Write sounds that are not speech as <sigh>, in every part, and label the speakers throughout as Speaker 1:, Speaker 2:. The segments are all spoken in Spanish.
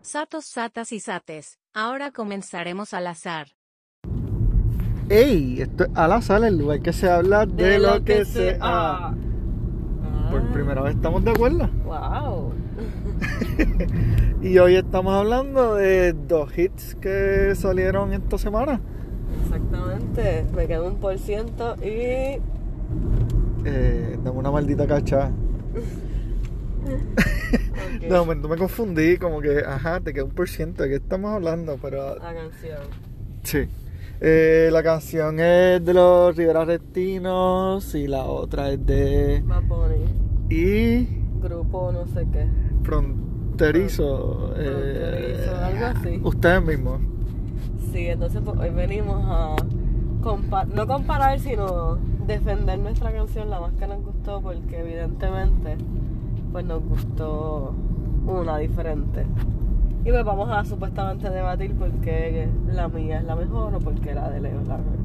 Speaker 1: Satos, satas y sates, ahora comenzaremos al azar.
Speaker 2: ¡Ey! Esto es al azar el lugar que se habla de, lo, que, se ha. Por primera vez estamos de acuerdo.
Speaker 3: Wow.
Speaker 2: Y hoy estamos hablando de dos hits que salieron esta semana.
Speaker 3: Exactamente. Me quedó un por ciento y.
Speaker 2: Eh, dame una maldita cachada.
Speaker 3: ok,
Speaker 2: De momento me confundí, como que, ajá, te queda un por ciento, ¿de qué estamos hablando? Pero
Speaker 3: La canción.
Speaker 2: Sí. Eh, la canción es de los Rivera Retinos y la otra es de.
Speaker 3: Bad Bunny.
Speaker 2: Y.
Speaker 3: Grupo no sé qué.
Speaker 2: Fronterizo. eh,
Speaker 3: Fronterizo, algo así.
Speaker 2: Ustedes mismos.
Speaker 3: Sí, entonces pues, hoy venimos a. compa- no comparar, sino defender nuestra canción, la más que nos gustó, porque evidentemente pues nos gustó una diferente. Y pues vamos a supuestamente debatir por qué la mía es la mejor o por qué la de Leo es la mejor.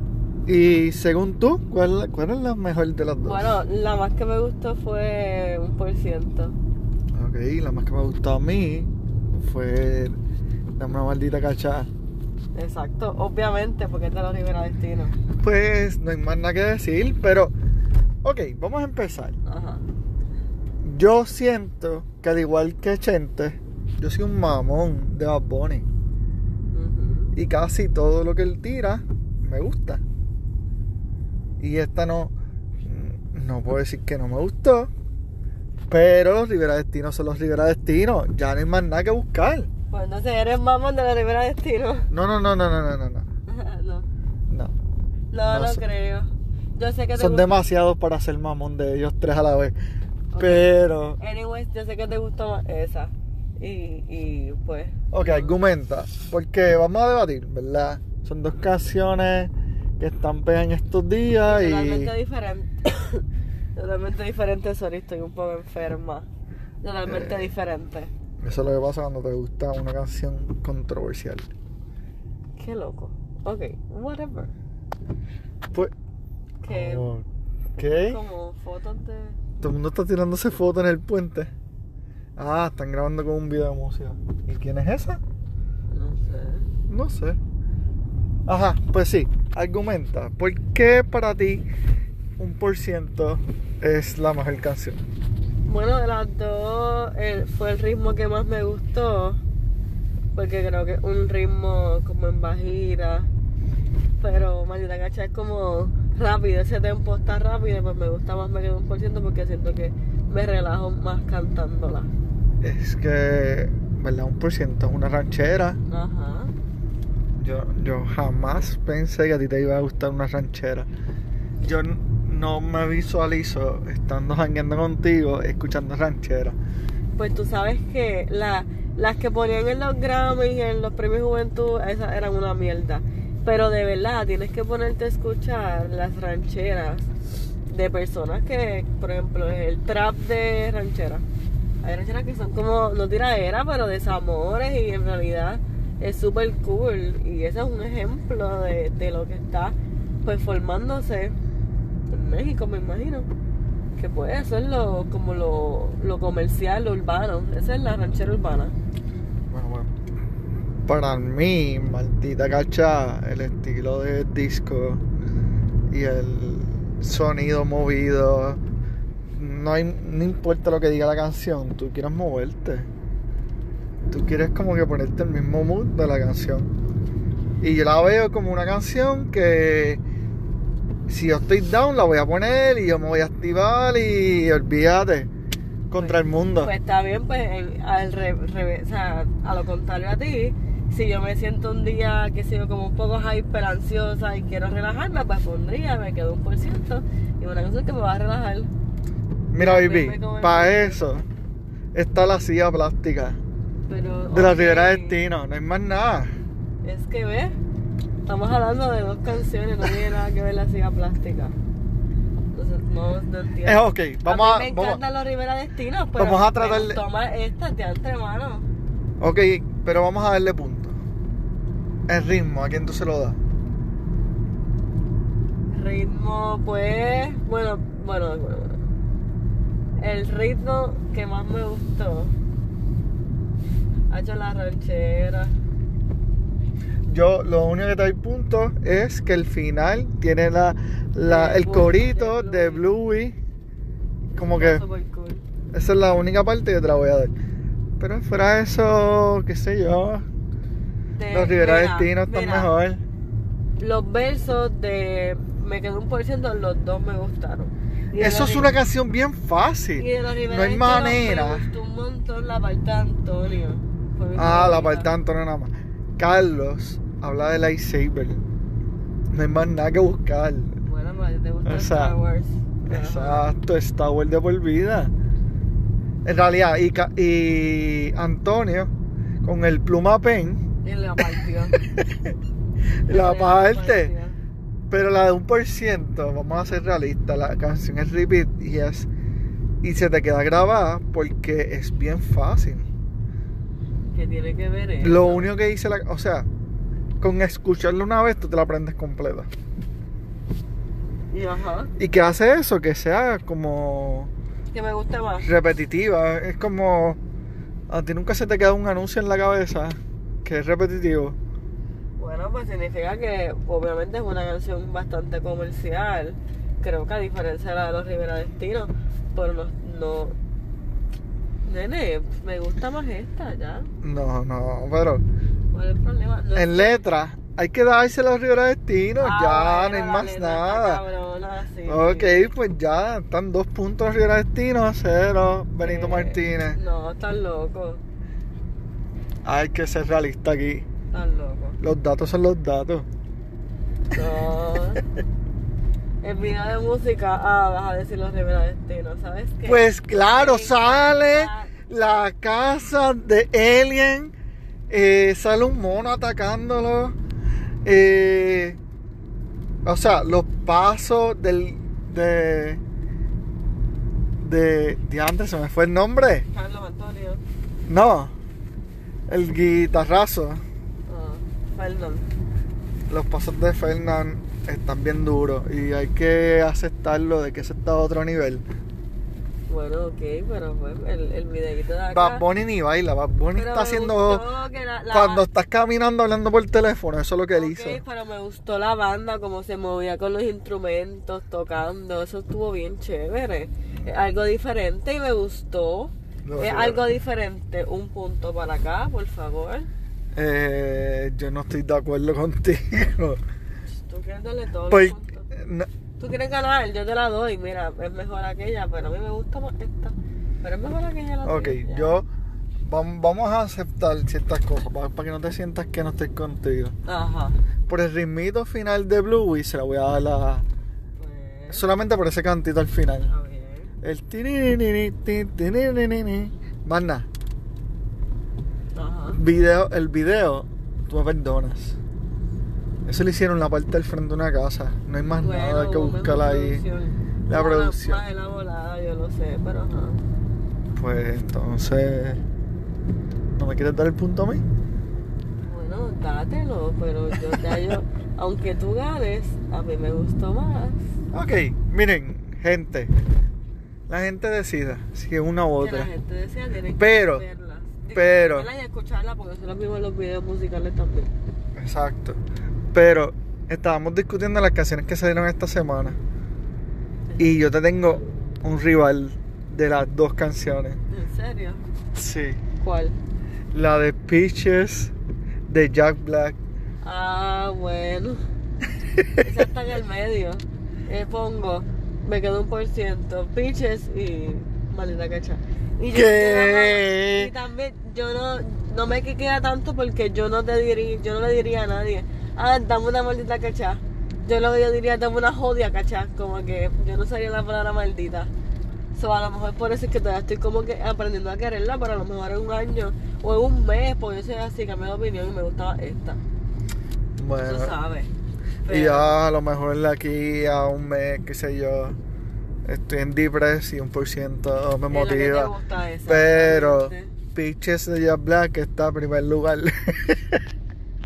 Speaker 2: Y según tú, ¿cuál, cuál es la mejor de las dos?
Speaker 3: Bueno, la más que me gustó fue un por ciento.
Speaker 2: Ok, la más que me gustó a mí fue. Dame una maldita cachada.
Speaker 3: Exacto, obviamente, porque es de los Rivera Destino.
Speaker 2: Pues no hay más nada que decir, pero. Ok, vamos a empezar.
Speaker 3: Ajá.
Speaker 2: Yo siento que al igual que Chente, yo soy un mamón de Bad Bunny.
Speaker 3: Ujú.
Speaker 2: y casi todo lo que él tira me gusta. Y esta no, no puedo decir que no me gustó, pero los Rivera Destino son los Rivera Destino, ya no hay más nada que buscar.
Speaker 3: Pues entonces eres mamón de los Rivera Destino. <laughs>
Speaker 2: No, no, no, no, no, no, no, no.
Speaker 3: no,
Speaker 2: no.
Speaker 3: no,
Speaker 2: No
Speaker 3: no
Speaker 2: sé.
Speaker 3: creo. Yo sé que te
Speaker 2: Son
Speaker 3: gustó.
Speaker 2: demasiados para ser mamón de ellos tres a la vez. Pero,
Speaker 3: Anyways, yo sé que te gustó más esa. Y, y pues.
Speaker 2: ok, argumenta, porque vamos a debatir, ¿verdad? Son dos canciones que están pegadas en estos días
Speaker 3: Totalmente
Speaker 2: y...
Speaker 3: diferente. <coughs> Totalmente diferente, sorry, estoy un poco enferma. Totalmente
Speaker 2: Eh.
Speaker 3: diferente.
Speaker 2: Eso es lo que pasa cuando te gusta una canción controversial.
Speaker 3: Qué loco. Ok, whatever.
Speaker 2: Pues,
Speaker 3: Que
Speaker 2: Ok.
Speaker 3: como fotos de.
Speaker 2: Todo el mundo está tirándose fotos en el puente. Ah, están grabando con un video de música. ¿Y quién es esa?
Speaker 3: No sé.
Speaker 2: No sé. Ajá, pues sí, argumenta. ¿Por qué para ti un por ciento es la mejor canción?
Speaker 3: Bueno, de las dos el- fue el ritmo que más me gustó, porque creo que es un ritmo como en bajita, pero maldita cacha es como rápido, ese tempo está rápido, pues me gusta más me quedo un por ciento porque siento que me relajo más cantándola.
Speaker 2: Es que, ¿verdad? Un por ciento es una ranchera.
Speaker 3: Ajá.
Speaker 2: Yo, yo jamás pensé que a ti te iba a gustar una ranchera. Yo n- no me visualizo estando jangueando contigo escuchando ranchera.
Speaker 3: Pues tú sabes que la- las que ponían en los Grammys, en los premios Juventud, esas eran una mierda. Pero de verdad, tienes que ponerte a escuchar las rancheras de personas que, por ejemplo, el trap de ranchera. Hay rancheras que son como, no tiraderas, pero desamores y en realidad es súper cool. Y ese es un ejemplo de, de lo que está pues formándose en México, me imagino. Que pues eso es lo, como lo, lo comercial, lo urbano. Esa es la ranchera urbana.
Speaker 2: Bueno, bueno. Para mí, maldita cacha, el estilo de disco y el sonido movido. No, hay- no importa lo que diga la canción, tú quieres moverte. Tú quieres como que ponerte el mismo mood de la canción. Y yo la veo como una canción que si yo estoy down la voy a poner y yo me voy a activar y olvídate contra el mundo.
Speaker 3: Pues está bien, pues en- al re- revés, o sea, a lo contrario a ti, si yo me siento un día, que sé yo, como un poco hyper ansiosa y quiero relajarme, pues pondría, me quedo un por ciento y una canción que me va a relajar.
Speaker 2: Mira,
Speaker 3: Yo
Speaker 2: baby,
Speaker 3: me como el-
Speaker 2: para eso está la silla plástica
Speaker 3: Pero,
Speaker 2: de la
Speaker 3: ok,
Speaker 2: Ribera Destino, no hay más nada.
Speaker 3: Es que ves, estamos hablando de dos canciones, no tiene nada que ver la silla plástica. Entonces, no, no entiendo.
Speaker 2: Es ok, vamos
Speaker 3: mí
Speaker 2: a-
Speaker 3: Me
Speaker 2: vamos a-
Speaker 3: encantan los Rivera Destinos, pero.
Speaker 2: Vamos a tratar de-
Speaker 3: Toma esta de antemano.
Speaker 2: Ok, pero vamos a darle punto. El ritmo, ¿a quién tú se lo das?
Speaker 3: Ritmo, pues. Bueno, bueno, bueno. bueno. El ritmo que más me gustó. Hacho la ranchera.
Speaker 2: Yo lo único que te doy punto es que el final tiene la, la-
Speaker 3: El
Speaker 2: el
Speaker 3: punto
Speaker 2: corito
Speaker 3: de
Speaker 2: de Bluey. Como que
Speaker 3: Super cool.
Speaker 2: esa es la única parte que te la voy a dar. Pero fuera eso, qué sé yo,
Speaker 3: De-
Speaker 2: los Rivera
Speaker 3: Eh, mira,
Speaker 2: Destino están
Speaker 3: mira,
Speaker 2: mejor.
Speaker 3: Los versos de Me quedó un por ciento, los dos me gustaron. Y de
Speaker 2: Eso
Speaker 3: los
Speaker 2: es una
Speaker 3: Rivera-
Speaker 2: canción bien fácil.
Speaker 3: Y de los Rivera
Speaker 2: No hay
Speaker 3: Destino
Speaker 2: manera.
Speaker 3: Me gustó un montón la parte de Antonio. Fue mi
Speaker 2: Ah, la
Speaker 3: favorita.
Speaker 2: parte de Antonio nada más. Carlos habla de lightsaber. No hay más nada que buscar.
Speaker 3: Bueno, pero te gusta
Speaker 2: Esa-
Speaker 3: Star Wars. Ajá.
Speaker 2: Exacto, Star Wars de por vida. En realidad, y, Ca- y Antonio con el pluma pen,
Speaker 3: Y la partió.
Speaker 2: <laughs> la este?
Speaker 3: Le
Speaker 2: parte.
Speaker 3: partió.
Speaker 2: Pero la de un por ciento, vamos a ser realistas, la canción es repeat y es. Y se te queda grabada porque es bien fácil.
Speaker 3: ¿Qué tiene que ver eso?
Speaker 2: Lo único que dice la. O sea, con escucharla una vez tú te la aprendes completa.
Speaker 3: Y Ajá.
Speaker 2: ¿Y qué hace eso? Que sea como
Speaker 3: Que me gusta más.
Speaker 2: repetitiva. Es como. A ti nunca se te queda un anuncio en la cabeza que es repetitivo.
Speaker 3: Bueno, pues significa que obviamente es una canción bastante comercial. Creo que a diferencia de la de los Rivera Destino, pero no, no. Nene, me gusta más esta ya.
Speaker 2: No, no, pero.
Speaker 3: ¿Cuál es el problema? No
Speaker 2: En
Speaker 3: sé.
Speaker 2: letra, hay que darse los Rivera Destino.
Speaker 3: Ah,
Speaker 2: ya, no
Speaker 3: bueno,
Speaker 2: hay
Speaker 3: la
Speaker 2: más
Speaker 3: letra está
Speaker 2: nada.
Speaker 3: cabrona, sí.
Speaker 2: Ok, pues ya, están dos puntos Rivera Destino, cero Benito
Speaker 3: Eh,
Speaker 2: Martínez.
Speaker 3: No, estás loco.
Speaker 2: Hay que ser realista aquí.
Speaker 3: Estás loco.
Speaker 2: Los datos son los datos.
Speaker 3: No. El video de música, ah, vas a decir los Rivera Destino, ¿sabes qué?
Speaker 2: Pues eh. claro,
Speaker 3: Sí,
Speaker 2: sale
Speaker 3: ah.
Speaker 2: la casa de Alien, eh, sale un mono atacándolo, eh, o sea, los pasos del, de, de, antes se me fue el nombre,
Speaker 3: Carlos Antonio.
Speaker 2: no, el guitarrazo,
Speaker 3: Ah, perdón.
Speaker 2: los pasos de Fernand están bien duros y hay que aceptarlo de que eso está a otro nivel.
Speaker 3: Bueno, ok, pero pues el, el videito de acá.
Speaker 2: Bad Bunny ni baila, Bad Bunny
Speaker 3: Pero
Speaker 2: está
Speaker 3: me
Speaker 2: haciendo...
Speaker 3: gustó que la- la-
Speaker 2: Cuando estás caminando hablando por teléfono, eso es lo que él
Speaker 3: Ok,
Speaker 2: hizo.
Speaker 3: pero me gustó la banda, cómo se movía con los instrumentos, tocando, eso estuvo bien chévere. Eh, Algo diferente y me gustó.
Speaker 2: No, sí,
Speaker 3: Eh, algo
Speaker 2: claro.
Speaker 3: diferente, un punto para acá, por favor.
Speaker 2: Eh, yo no estoy de acuerdo <laughs> contigo.
Speaker 3: Tú quieres darle todo.
Speaker 2: Porque,
Speaker 3: Tú quieres ganar, yo te la doy. Mira, es mejor aquella, pero a mí me gusta más esta. Pero es mejor aquella la
Speaker 2: ok,
Speaker 3: tuya.
Speaker 2: yo. vam- Vamos a aceptar ciertas cosas para, para que no te sientas que no estoy contigo.
Speaker 3: Ajá.
Speaker 2: Por el ritmito final de Bluey se la voy a dar la.
Speaker 3: Pues,
Speaker 2: Solamente por ese cantito al final.
Speaker 3: está bien.
Speaker 2: El tirinini, tin, tirinini. Más nada.
Speaker 3: Ajá.
Speaker 2: Video, el video, tú me perdonas. Eso lo hicieron en la parte del frente de una casa. No hay más nada que
Speaker 3: hubo mejor
Speaker 2: buscar ahí.
Speaker 3: producción.
Speaker 2: La
Speaker 3: Hubo una
Speaker 2: producción.
Speaker 3: Más elaborada, yo lo sé, pero ajá.
Speaker 2: Pues entonces. ¿No me quieres dar el punto a mí?
Speaker 3: Bueno, dátelo, pero yo
Speaker 2: <laughs>
Speaker 3: ya yo, aunque tú ganes, a mí me gustó más.
Speaker 2: Ok, miren, gente. La gente decida si es una u
Speaker 3: Que la
Speaker 2: otra.
Speaker 3: gente decía tienen que
Speaker 2: Pero,
Speaker 3: verlas. Digo,
Speaker 2: pero-
Speaker 3: verlas y escucharlas porque son los mismos los videos musicales también.
Speaker 2: Exacto. Pero estábamos discutiendo las canciones que salieron esta semana. Y yo te tengo un rival de las dos canciones.
Speaker 3: ¿En serio?
Speaker 2: Sí.
Speaker 3: ¿Cuál?
Speaker 2: La de Peaches de Jack Black.
Speaker 3: Ah, bueno. Esa está en el medio. Eh, pongo, me quedo un por ciento, pitches y maldita cacha. Y yo-
Speaker 2: ¿Qué?
Speaker 3: Y también yo no, no me que queda tanto porque yo no te diría, yo no le diría a nadie, ah, dame una maldita cacha. Yo lo que yo diría, dame una jodia cacha, como que yo no sabía la palabra maldita. So, a lo mejor por eso es que todavía estoy como que aprendiendo a quererla, pero a lo mejor en un año o en un mes, porque yo soy así, cambié de opinión y me gustaba esta. Tú
Speaker 2: Bueno.
Speaker 3: sabes.
Speaker 2: Y
Speaker 3: Pero-
Speaker 2: ya a lo mejor de aquí a un mes, qué sé yo, estoy en Depress y un por ciento me
Speaker 3: Es la que te
Speaker 2: motiva.
Speaker 3: gusta, exactamente.
Speaker 2: Pero Pitches de Jack Black está en primer lugar. <laughs>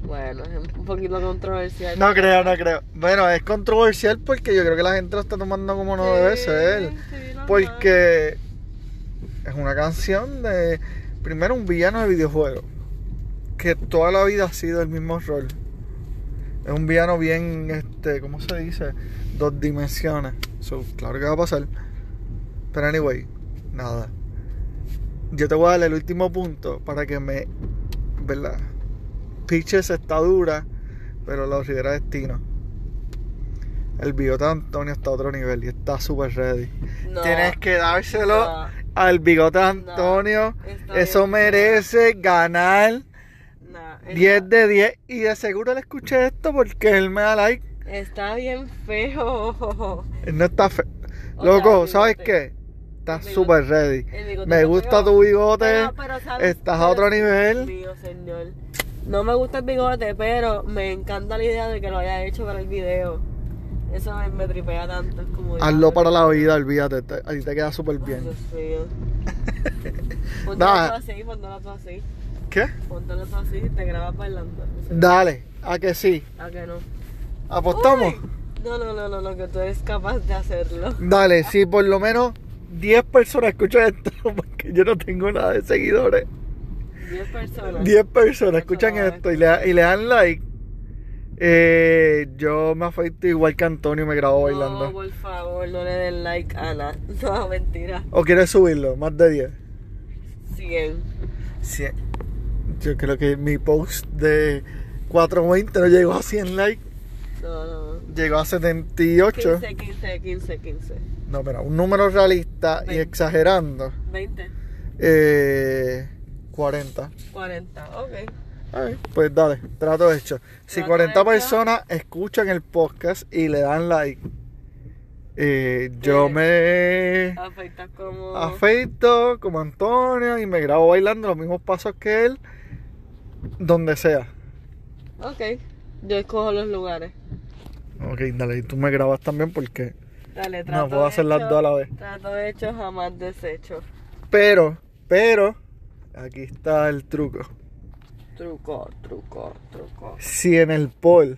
Speaker 3: Bueno, es un poquito controversial.
Speaker 2: no creo, no creo. Bueno, es controversial porque yo creo que la gente lo está tomando como no
Speaker 3: Sí,
Speaker 2: debe ser.
Speaker 3: sí, normal.
Speaker 2: Porque es una canción de, primero, un villano de videojuego. que toda la vida ha sido el mismo rol. Es un villano bien, este, ¿cómo se dice? Dos dimensiones. So, claro que va a pasar. Pero anyway, nada. Yo te voy a dar el último punto para que me, ¿verdad? Pitches está dura, pero la Rivera Destino. El bigote de Antonio está a otro nivel y está super ready.
Speaker 3: No,
Speaker 2: Tienes que dárselo
Speaker 3: no,
Speaker 2: al bigote de Antonio.
Speaker 3: está
Speaker 2: Eso
Speaker 3: bien.
Speaker 2: merece ganar
Speaker 3: no, está-
Speaker 2: 10 de 10. Y de seguro le escuché esto porque él me da like.
Speaker 3: Está bien feo. <laughs>
Speaker 2: Él no está fe-
Speaker 3: O sea,
Speaker 2: Loco,
Speaker 3: el
Speaker 2: ¿sabes
Speaker 3: bigote.
Speaker 2: qué? Estás
Speaker 3: El bigote.
Speaker 2: super ready.
Speaker 3: El bigote pues,
Speaker 2: Me
Speaker 3: está
Speaker 2: gusta
Speaker 3: feo.
Speaker 2: tu bigote.
Speaker 3: Pero- pero, ¿sabes?
Speaker 2: Estás a otro
Speaker 3: Pero-
Speaker 2: nivel.
Speaker 3: Mío, señor. No me gusta el bigote, pero me encanta la idea de que lo haya hecho para el video. Eso me, me tripea tanto. es como,
Speaker 2: Hazlo
Speaker 3: diablo.
Speaker 2: para la vida,
Speaker 3: pues.
Speaker 2: olvídate. te- a ti te queda súper
Speaker 3: Ay,
Speaker 2: bien.
Speaker 3: Dios
Speaker 2: <laughs>
Speaker 3: mío. Póntelo
Speaker 2: Da.
Speaker 3: todo así, póntelo todo así.
Speaker 2: ¿Qué?
Speaker 3: Póntelo todo así y te grabas bailando. No sé,
Speaker 2: Dale, a que sí.
Speaker 3: ¿A que no?
Speaker 2: ¿Apostamos?
Speaker 3: Uy. No, no, no, no, no, que tú eres capaz de hacerlo.
Speaker 2: Dale, si por lo menos 10 personas escuchan esto, <laughs> porque yo no tengo nada de seguidores.
Speaker 3: 10 personas.
Speaker 2: 10 personas escuchan
Speaker 3: Eso no va a
Speaker 2: esto y le, y le dan like. Eh, yo me afeito igual que Antonio y me grabo
Speaker 3: No,
Speaker 2: bailando.
Speaker 3: por favor, no le den like a nada. <laughs> No, mentira.
Speaker 2: ¿O quieres subirlo? Más de 10.
Speaker 3: 100.
Speaker 2: Sí. Yo creo que mi post de 420 no llegó a 100 likes,
Speaker 3: No, no. no.
Speaker 2: llegó a 78.
Speaker 3: 15, 15, 15, 15.
Speaker 2: No, pero un número realista y
Speaker 3: Veinte.
Speaker 2: exagerando.
Speaker 3: 20,
Speaker 2: Eh, 40.
Speaker 3: 40. Ok.
Speaker 2: Ay, Pues dale, trato hecho. Si
Speaker 3: Trato
Speaker 2: 40
Speaker 3: hecho.
Speaker 2: personas escuchan el podcast y le dan like, eh, yo
Speaker 3: Sí.
Speaker 2: me
Speaker 3: Afecta como.
Speaker 2: afeito como Antonio y me grabo bailando los mismos pasos que él, donde sea.
Speaker 3: Ok. Yo escojo los lugares.
Speaker 2: Ok, dale, y tú me grabas también porque
Speaker 3: Dale, trato.
Speaker 2: no puedo hacer las
Speaker 3: hecho,
Speaker 2: dos a la vez.
Speaker 3: Trato hecho, jamás deshecho.
Speaker 2: Pero, pero, aquí está el truco.
Speaker 3: Truco, truco, truco.
Speaker 2: Si en el poll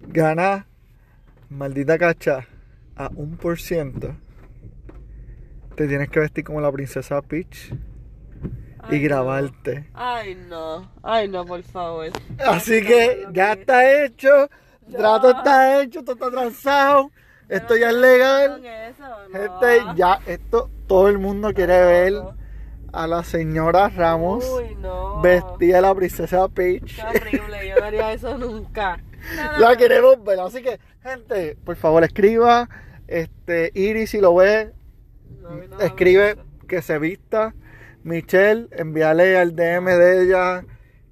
Speaker 2: gana maldita cacha a un por ciento, te tienes que vestir como la princesa Peach y
Speaker 3: Ay, no.
Speaker 2: grabarte.
Speaker 3: Ay, no. Ay, no, por favor.
Speaker 2: Así que ya está hecho, trato está hecho, todo está transado, esto ya es
Speaker 3: Con
Speaker 2: legal.
Speaker 3: eso, no.
Speaker 2: Gente, ya esto todo el mundo quiere ver a la señora Ramos
Speaker 3: Uy, no.
Speaker 2: vestida de la princesa Peach.
Speaker 3: Qué horrible, yo no haría eso nunca. No,
Speaker 2: <laughs>
Speaker 3: no,
Speaker 2: La
Speaker 3: no.
Speaker 2: queremos ver. Así que, gente, por favor, escriba. Este, Iris, si lo ve,
Speaker 3: No, no, no,
Speaker 2: escribe
Speaker 3: no.
Speaker 2: que se vista. Michelle, envíale al DM de ella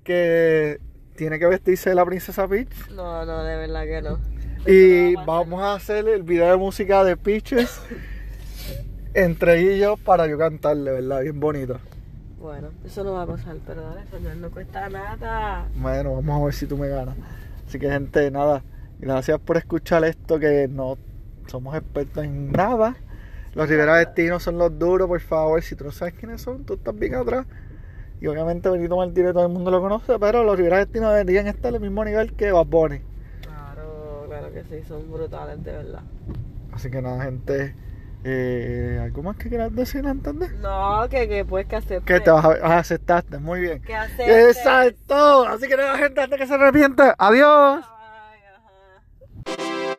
Speaker 2: que tiene que vestirse de la princesa Peach.
Speaker 3: No, no, de verdad que no.
Speaker 2: Y
Speaker 3: no va a pasar.
Speaker 2: vamos a hacer el video de música de Peaches <laughs> entre ellos para yo cantarle, ¿verdad? Bien bonito.
Speaker 3: Bueno, eso no va a pasar, pero dale, señor, no cuesta nada.
Speaker 2: Bueno, vamos a ver si tú me ganas. Así que, gente, nada. Gracias por escuchar esto, que no somos expertos en nada. Los Rivera Destino son los duros, por favor. Si tú no sabes quiénes son, tú estás bien atrás. Y obviamente Benito Martínez todo el mundo lo conoce, pero los Rivera Destino deberían estar al mismo nivel que Bad Bunny.
Speaker 3: Claro, claro que sí, son brutales, de verdad.
Speaker 2: Así que nada, gente. Eh, ¿Algo más que quieras decir antes de?
Speaker 3: No, que, que pues que acepte.
Speaker 2: Que te vas a ah, aceptaste, muy bien.
Speaker 3: Que acepte.
Speaker 2: Exacto. Así que nada, gente, antes que se arrepienta. Adiós.